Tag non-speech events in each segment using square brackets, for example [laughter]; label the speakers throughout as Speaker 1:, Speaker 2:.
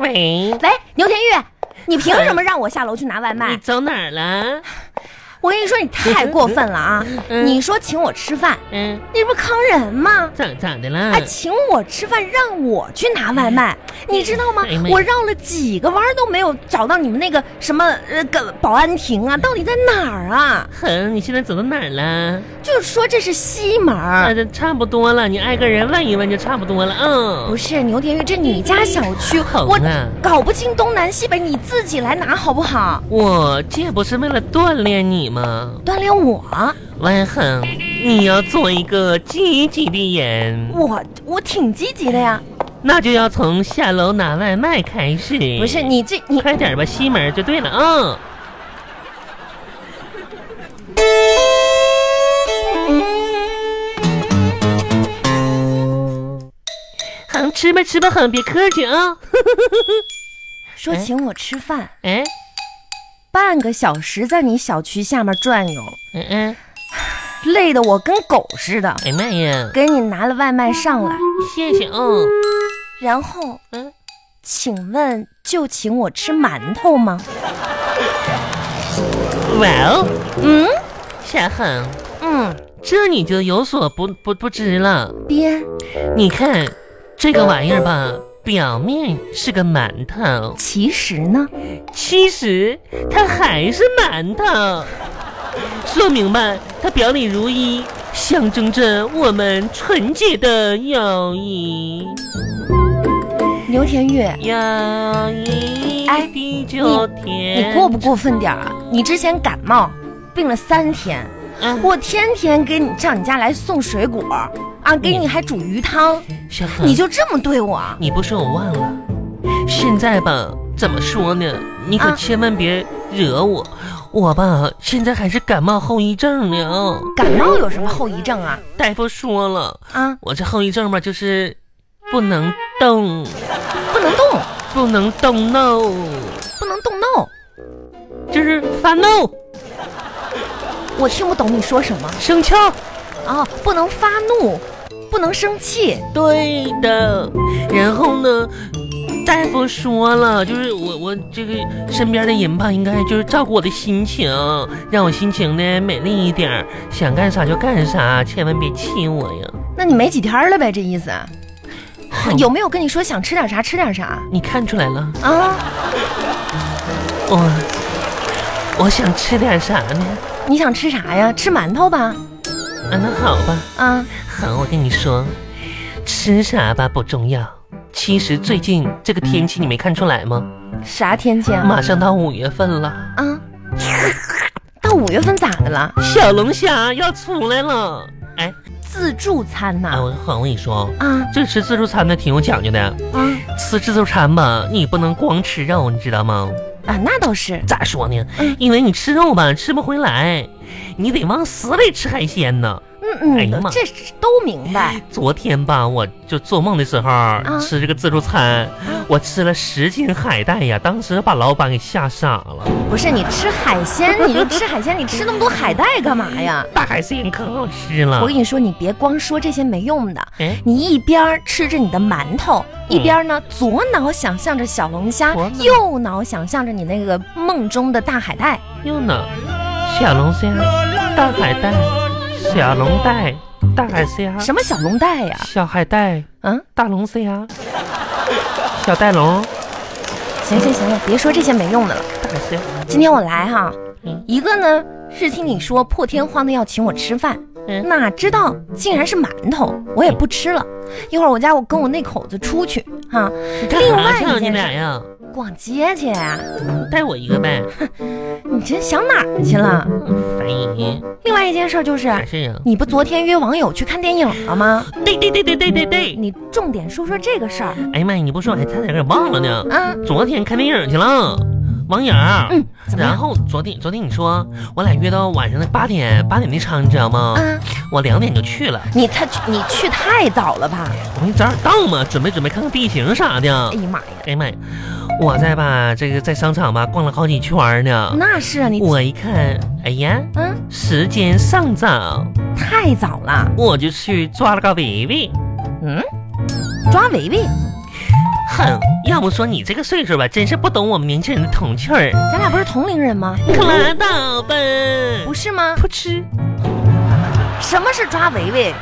Speaker 1: 喂，牛天玉，你凭什么让我下楼去拿外
Speaker 2: [laughs] 你
Speaker 1: 卖？
Speaker 2: 走哪儿了？
Speaker 1: 我跟你说，你太过分
Speaker 2: [laughs]
Speaker 1: 了啊！你说请我吃饭，
Speaker 2: 嗯，
Speaker 1: 你这不坑人吗？
Speaker 2: 咋咋的了？
Speaker 1: 还请我吃饭，让我去拿外卖，你知道吗
Speaker 2: 哎妹？
Speaker 1: 我绕了几个弯儿都没有找到你们那个什么呃个保安亭啊，到底在哪儿啊？
Speaker 2: 哼，你现在走到哪儿了？
Speaker 1: 就是说这是西门
Speaker 2: 啊，
Speaker 1: 儿，
Speaker 2: 这差不多了，你挨个人问一问就差不多了。嗯，
Speaker 1: 不是牛田玉，这你家小区，
Speaker 2: 好
Speaker 1: 我
Speaker 2: 啊
Speaker 1: 搞不清东南西北，你自己来拿好不好？
Speaker 2: 我这不是为了锻炼你吗？
Speaker 1: 锻炼我，
Speaker 2: 万恒，你要做一个积极的人，
Speaker 1: 我我挺积极的呀。
Speaker 2: 那就要从下楼拿外卖开始。
Speaker 1: 不是，你这你
Speaker 2: 快点吧，西门儿就对了。嗯，嗯恒，吃吧吃吧，恒，别客气啊。
Speaker 1: 说
Speaker 2: 哎
Speaker 1: 请我吃饭，
Speaker 2: 哎，
Speaker 1: 半个小时在你小区下面转悠，
Speaker 2: 嗯嗯，
Speaker 1: 累得我跟狗似的。
Speaker 2: 哎妈呀，
Speaker 1: 给你拿了外卖上来，
Speaker 2: 谢谢嗯
Speaker 1: 然后
Speaker 2: 嗯，
Speaker 1: 请问就请我吃馒头吗？
Speaker 2: 哇哦，
Speaker 1: 嗯
Speaker 2: 夏恒，
Speaker 1: 嗯，
Speaker 2: 这你就有所不不不知了。
Speaker 1: 编
Speaker 2: 你看这个玩意儿吧，表面是个馒头，
Speaker 1: 其实呢，
Speaker 2: 其实它还是馒头。说明白，它表里如一，象征着我们纯洁的友谊。
Speaker 1: 牛田玉，
Speaker 2: 友谊
Speaker 1: 哎
Speaker 2: 地久
Speaker 1: 你
Speaker 2: 天。
Speaker 1: 过不过分点儿啊？你之前感冒病了三天，
Speaker 2: 啊
Speaker 1: 我天天给你上你家来送水果啊，给你还煮鱼汤，
Speaker 2: 小恒
Speaker 1: 你就这么对我？啊
Speaker 2: 你不说我忘了。现在吧，怎么说呢？你可
Speaker 1: 啊
Speaker 2: 千万别惹我，我吧现在还是感冒后遗症呢。
Speaker 1: 感冒有什么后遗症啊？
Speaker 2: 大夫说了，
Speaker 1: 啊，
Speaker 2: 我这后遗症吧就是不能动，
Speaker 1: 不能动，
Speaker 2: 不能动怒，
Speaker 1: 不能动怒。
Speaker 2: 就是发怒、
Speaker 1: 我听不懂你说什么
Speaker 2: 生气儿。
Speaker 1: 哦，不能发怒，不能生气。
Speaker 2: 对的。然后呢，大夫说了，就是我我这个身边的人吧，应该就是照顾我的心情，让我心情呢美丽一点儿，想干啥就干啥，千万别气我呀。
Speaker 1: 那你没几天了呗？这意思有没有跟你说想吃点啥吃点啥
Speaker 2: 你看出来了，
Speaker 1: 啊？
Speaker 2: 我我想吃点啥呢？
Speaker 1: 你想吃啥呀？吃馒头吧？
Speaker 2: 啊，那好吧，
Speaker 1: 啊，
Speaker 2: 好，我跟你说，吃啥吧不重要。其实最近这个天气你没看出来吗？
Speaker 1: 啥天气啊？
Speaker 2: 马上到五月份了。
Speaker 1: 啊，到五月份咋的了？
Speaker 2: 小龙虾要出来了。哎，
Speaker 1: 自助餐
Speaker 2: 哎，
Speaker 1: 呐、
Speaker 2: 我好，我跟你说，
Speaker 1: 啊？
Speaker 2: 这吃自助餐的挺有讲究的。
Speaker 1: 啊啊
Speaker 2: 吃自助餐吧，你不能光吃肉，你知道吗？
Speaker 1: 啊那倒是
Speaker 2: 咋说呢
Speaker 1: 嗯？
Speaker 2: 因为你吃肉吧，吃不回来，你得往死里吃海鲜呢。
Speaker 1: 嗯
Speaker 2: 哎
Speaker 1: 嗯，
Speaker 2: 呀妈
Speaker 1: 这都明白。
Speaker 2: 昨天吧，我就做梦的时候、吃这个自助餐，我吃了十斤海带呀，当时把老板给吓傻了。
Speaker 1: 不是你吃海鲜，你就吃海鲜，你吃那么多海带干嘛呀？
Speaker 2: 大海鲜可好吃了
Speaker 1: 我。跟你说，你别光说这些没用的。
Speaker 2: 哎，
Speaker 1: 你一边儿吃着你的馒头，一边儿呢左脑想象着小龙虾
Speaker 2: 嗯左，脑
Speaker 1: 右脑想象着你那个梦中的大海带。
Speaker 2: 又呢，小龙虾、大海带、小龙带、大海虾、
Speaker 1: 什么小龙带呀？
Speaker 2: 小海带、
Speaker 1: 嗯，
Speaker 2: 大龙虾、小带龙、
Speaker 1: 行行行了，别说这些没用的了。
Speaker 2: 大海虾。
Speaker 1: 今天我来哈
Speaker 2: 嗯，
Speaker 1: 一个呢是听你说破天荒的要请我吃饭，
Speaker 2: 嗯
Speaker 1: 哪知道竟然是馒头，我也不吃了。一会儿我家我跟我那口子出去哈，另
Speaker 2: 干
Speaker 1: 外
Speaker 2: 啥去啊
Speaker 1: 一
Speaker 2: 你
Speaker 1: 件
Speaker 2: 俩
Speaker 1: 事
Speaker 2: 呀？
Speaker 1: 逛街去，啊
Speaker 2: 带我一个呗，
Speaker 1: 你这想哪儿去了？
Speaker 2: 烦人，
Speaker 1: 另外一件事就是。
Speaker 2: 啥事啊？
Speaker 1: 你不昨天约网友去看电影了吗？
Speaker 2: 对对对对对对对。
Speaker 1: 你重点说说这个事儿
Speaker 2: 哎呀妈呀，你不说我还差点给忘了呢。
Speaker 1: 啊。
Speaker 2: 昨天看电影去了，网友。
Speaker 1: 嗯，怎么
Speaker 2: 然
Speaker 1: 样？
Speaker 2: 后昨天昨天你说我俩约到晚上的八点八点那场，你知道吗？
Speaker 1: 啊，
Speaker 2: 我两点就去了，
Speaker 1: 你他你去太早了吧？
Speaker 2: 我给你早点到嘛，准备准备看看地形啥的
Speaker 1: 哎。呀妈呀，
Speaker 2: 哎呀妈呀，我在吧这个在商场吧逛了好几圈儿呢。
Speaker 1: 那是啊，你
Speaker 2: 我一看，哎呀，
Speaker 1: 嗯
Speaker 2: 时间尚早，
Speaker 1: 太早了，
Speaker 2: 我就去抓了个围围。
Speaker 1: 嗯，抓维维
Speaker 2: 哼，要不说你这个岁数吧，真是不懂我们年轻人的童趣儿。
Speaker 1: 咱俩不是同龄人吗？
Speaker 2: 可拉倒吧！
Speaker 1: 不是吗？
Speaker 2: 噗嗤！
Speaker 1: 什么是抓维维？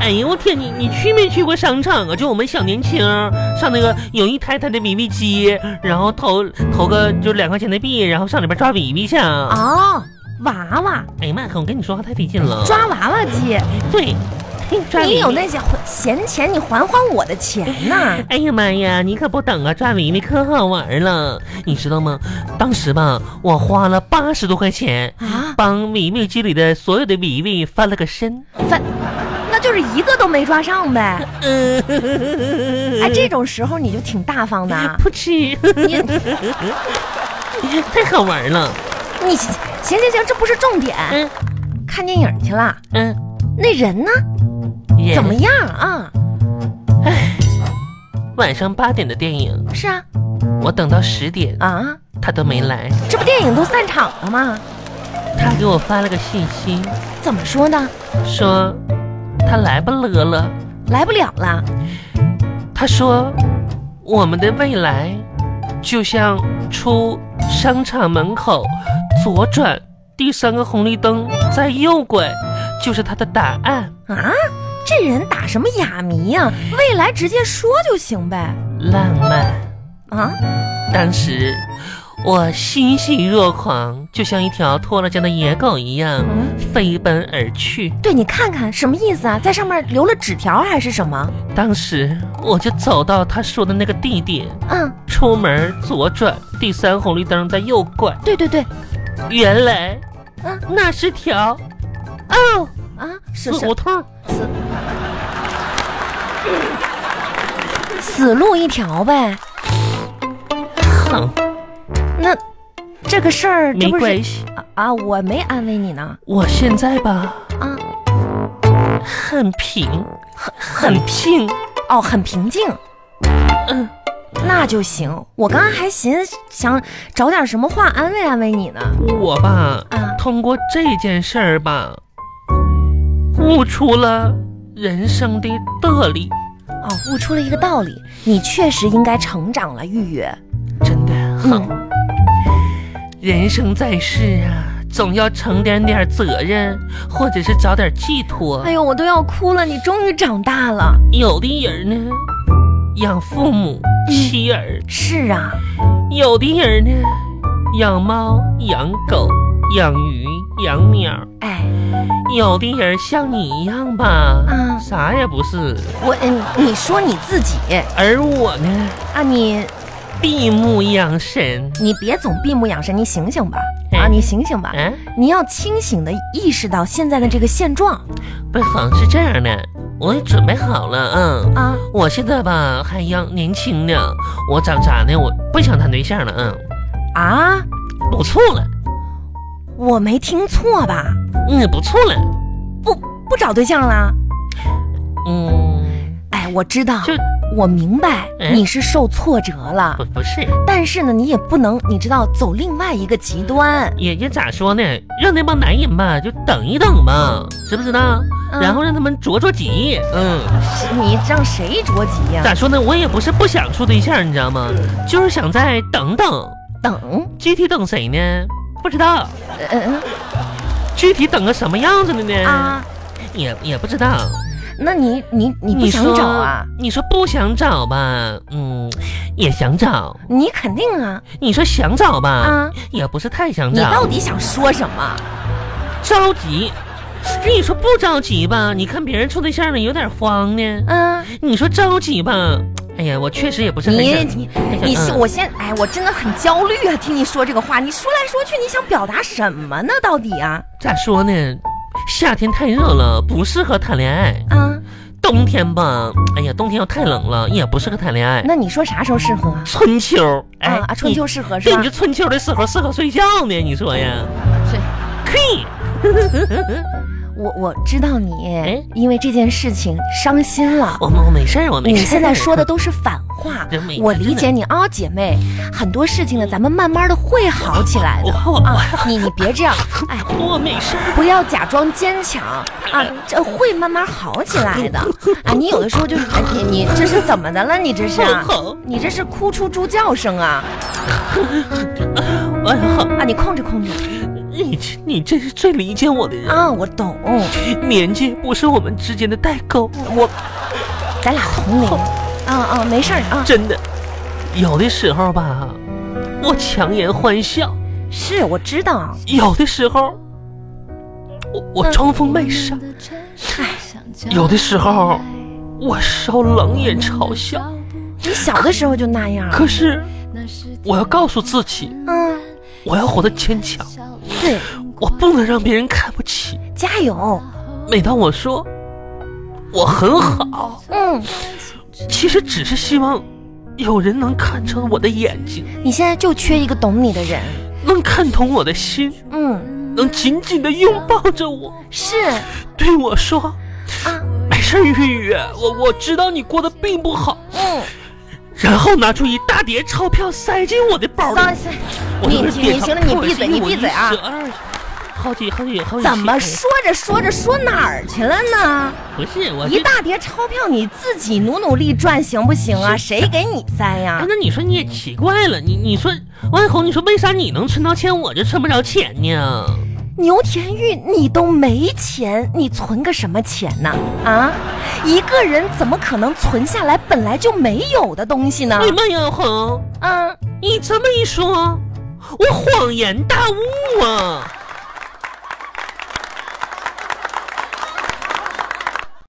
Speaker 2: 哎呦我天，你你去没去过商场啊？就我们小年轻儿上那个有一台台的 BB 机，然后投投个就两块钱的币，然后上里边抓 BB 去啊！
Speaker 1: 哦，娃娃
Speaker 2: 哎呀妈呀，我跟你说话太费劲了。
Speaker 1: 抓娃娃机，
Speaker 2: 对，嘿嗯抓
Speaker 1: 你有
Speaker 2: BB
Speaker 1: 那些闲钱，你还还我的钱呐！
Speaker 2: [laughs] 哎呀妈呀，你可不等啊，抓维维可好玩了，你知道吗？当时吧，我花了八十多块钱，
Speaker 1: 啊，
Speaker 2: 帮维维机里的所有的维维翻了个身。
Speaker 1: 反那就是一个都没抓上呗。
Speaker 2: 嗯， [laughs]
Speaker 1: 哎，这种时候你就挺大方的啊！
Speaker 2: 噗嗤，
Speaker 1: 你
Speaker 2: [laughs] 太好玩了。
Speaker 1: 你行行行，这不是重点。
Speaker 2: 嗯
Speaker 1: 看电影去了，
Speaker 2: 嗯，
Speaker 1: 那人呢？
Speaker 2: 耶
Speaker 1: 怎么样啊？
Speaker 2: 晚上八点的电影，
Speaker 1: 是啊
Speaker 2: 我等到十点，
Speaker 1: 啊，
Speaker 2: 他都没来。
Speaker 1: 这不电影都散场了吗？
Speaker 2: 他给我发了个信息，
Speaker 1: 怎么说呢？
Speaker 2: 说他来不了了。
Speaker 1: 来不了了。
Speaker 2: 他说，我们的未来就像出商场门口左转第三个红绿灯，再右拐就是他的答案。
Speaker 1: 啊，这人打什么哑谜呀、未来直接说就行呗。
Speaker 2: 浪漫。
Speaker 1: 啊，
Speaker 2: 当时我欣喜若狂，就像一条脱了缰的野狗一样
Speaker 1: 嗯
Speaker 2: 飞奔而去。
Speaker 1: 对你看看什么意思啊？在上面留了纸条还是什么？
Speaker 2: 当时我就走到他说的那个地点，
Speaker 1: 嗯，
Speaker 2: 出门左转，第三红绿灯再右拐。
Speaker 1: 对对对，
Speaker 2: 原来，啊
Speaker 1: 嗯
Speaker 2: 那是条哦
Speaker 1: 啊，是
Speaker 2: 死胡
Speaker 1: 是
Speaker 2: 同。
Speaker 1: 死死路一条呗。
Speaker 2: 哼，
Speaker 1: 那这个事儿这
Speaker 2: 哦没
Speaker 1: 不是
Speaker 2: 关系，
Speaker 1: 啊啊，我没安慰你呢
Speaker 2: 我现在吧
Speaker 1: 啊，
Speaker 2: 很平，很很平。
Speaker 1: 哦，很平静。
Speaker 2: 嗯，
Speaker 1: 那就行。我刚刚还寻思想找点什么话安慰安慰你呢。
Speaker 2: 我吧
Speaker 1: 啊，
Speaker 2: 通过这件事儿吧，悟出了人生的道理，
Speaker 1: 哦，悟出了一个道理，你确实应该成长了，玉玉。
Speaker 2: 真的好。
Speaker 1: 嗯
Speaker 2: 人生在世啊，总要承担点责任，或者是找点寄托。
Speaker 1: 哎呦，我都要哭了，你终于长大了。
Speaker 2: 有的人呢，养父母、妻儿；
Speaker 1: 是啊，
Speaker 2: 有的人呢，养猫、养狗、养鱼、养鸟；
Speaker 1: 哎，
Speaker 2: 有的人像你一样吧，
Speaker 1: 嗯
Speaker 2: 啥也不是。
Speaker 1: 我，嗯，你说你自己
Speaker 2: 而我呢？
Speaker 1: 啊，你
Speaker 2: 闭目养神。
Speaker 1: 你别总闭目养神，你醒醒吧，
Speaker 2: 哎
Speaker 1: 啊，你醒醒吧，
Speaker 2: 嗯、
Speaker 1: 你要清醒的意识到现在的这个现状
Speaker 2: 不是，好像是这样的，我也准备好了嗯。
Speaker 1: 啊。
Speaker 2: 我现在吧还young 年轻呢，我长啥呢？我不想谈对象了，嗯，
Speaker 1: 啊，
Speaker 2: 不处了，
Speaker 1: 我没听错吧？
Speaker 2: 嗯，不处了，
Speaker 1: 不不找对象了？
Speaker 2: 嗯，
Speaker 1: 哎，我知道，
Speaker 2: 就
Speaker 1: 我明白
Speaker 2: 哎
Speaker 1: 你是受挫折了，
Speaker 2: 不不是，
Speaker 1: 但是呢，你也不能，你知道走另外一个极端。
Speaker 2: 也也咋说呢？让那帮男人吧就等一等吧，知不知道？
Speaker 1: 嗯
Speaker 2: 然后让他们着着急，嗯，
Speaker 1: 你让谁着急呀、
Speaker 2: 咋说呢？我也不是不想处对象，你知道吗？
Speaker 1: 嗯
Speaker 2: 就是想再等等，
Speaker 1: 等，
Speaker 2: 具体等谁呢？不知道，
Speaker 1: 嗯、
Speaker 2: 具体等个什么样子的呢？
Speaker 1: 呃、啊，
Speaker 2: 也也不知道。
Speaker 1: 那你你你不想找啊？
Speaker 2: 你说？你说不想找吧，嗯，也想找。
Speaker 1: 你肯定啊
Speaker 2: 你说想找吧，
Speaker 1: 啊！
Speaker 2: 也不是太想
Speaker 1: 你
Speaker 2: 找
Speaker 1: 到。底想说什么？
Speaker 2: 着急，你说不着急吧？你看别人处对象了，有点慌呢。
Speaker 1: 嗯、
Speaker 2: 你说着急吧？哎呀，我确实也不是很
Speaker 1: 你
Speaker 2: 想。
Speaker 1: 你
Speaker 2: 很想
Speaker 1: 你是
Speaker 2: 嗯
Speaker 1: 我现哎，我真的很焦虑啊！听你说这个话，你说来说去，你想表达什么呢？到底啊
Speaker 2: 咋说呢？夏天太热了，不适合谈恋爱。
Speaker 1: 啊？
Speaker 2: 哎冬天吧，哎呀，冬天又太冷了，也不适合谈恋爱。
Speaker 1: 那你说啥时候适合啊？
Speaker 2: 春秋，哎
Speaker 1: 啊啊，春
Speaker 2: 你
Speaker 1: 秋适合是
Speaker 2: 对，
Speaker 1: 吧
Speaker 2: 你这？春秋的时候适合睡觉呢，你说呀？
Speaker 1: 是
Speaker 2: 呸！
Speaker 1: 我我知道你
Speaker 2: 哎
Speaker 1: 因为这件事情伤心了。
Speaker 2: 我我没事儿，我没
Speaker 1: 你
Speaker 2: 事儿。
Speaker 1: 现在说的都是反话
Speaker 2: 真没，
Speaker 1: 我
Speaker 2: 真
Speaker 1: 理
Speaker 2: 的
Speaker 1: 解你啊，姐妹，很多事情呢，咱们慢慢的会好起来的
Speaker 2: 我我我
Speaker 1: 啊。你你
Speaker 2: [laughs]
Speaker 1: 别这样，哎，
Speaker 2: 我没事儿，
Speaker 1: 不要假装坚强啊，这会慢慢好起
Speaker 2: [laughs]
Speaker 1: 来的啊。你有的时候就是，哎你你这是怎么的了？你这是啊
Speaker 2: 好，
Speaker 1: 你这是哭出猪叫声啊
Speaker 2: 我好，
Speaker 1: 啊！你控制控制
Speaker 2: 哎你这你真是最理解我的人。
Speaker 1: 啊，我懂，
Speaker 2: 年纪不是我们之间的代沟，
Speaker 1: 我咱俩同
Speaker 2: 哦
Speaker 1: 龄啊啊，没事儿啊。
Speaker 2: 真的，有的时候吧，我强颜欢笑；
Speaker 1: 是，我知道，
Speaker 2: 有的时候，我我装疯卖傻；有的时候，我受冷眼嘲笑。
Speaker 1: 你小的时候就那样。
Speaker 2: 可是，我要告诉自己，
Speaker 1: 嗯，
Speaker 2: 我要活得坚强，
Speaker 1: 对，
Speaker 2: 我不能让别人看不起。
Speaker 1: 加油。
Speaker 2: 每当我说我很好，
Speaker 1: 嗯，
Speaker 2: 其实只是希望有人能看穿我的眼睛，
Speaker 1: 你现在就缺一个懂你的人。
Speaker 2: 能看懂我的心，
Speaker 1: 嗯，
Speaker 2: 能紧紧的拥抱着我，
Speaker 1: 是
Speaker 2: 对我说
Speaker 1: 啊，
Speaker 2: 没事儿，玉玉，我我知道你过得并不好。
Speaker 1: 嗯，
Speaker 2: 然后拿出一大叠钞票塞进我的包里，
Speaker 1: 三三，
Speaker 2: 我
Speaker 1: 你
Speaker 2: 都是
Speaker 1: 你
Speaker 2: 点
Speaker 1: 你
Speaker 2: 钞
Speaker 1: 行了，你
Speaker 2: 票
Speaker 1: 闭嘴，你闭嘴啊
Speaker 2: 我！一折好几好几好几，
Speaker 1: 怎么？说着说着说哪儿去了呢？
Speaker 2: 哎不是我
Speaker 1: 一
Speaker 2: 这
Speaker 1: 大叠钞票，你自己努努力赚行不行啊？谁给你塞
Speaker 2: 哎
Speaker 1: 呀，？
Speaker 2: 那你说你也奇怪了，你你说王小红，你说为啥你能存到钱，我就存不着钱呢？
Speaker 1: 牛田玉，你都没钱，你存个什么钱呢？啊，一个人怎么可能存下来本来就没有的东西呢？
Speaker 2: 哎，王小红，
Speaker 1: 嗯，
Speaker 2: 你这么一说，我恍然大悟啊！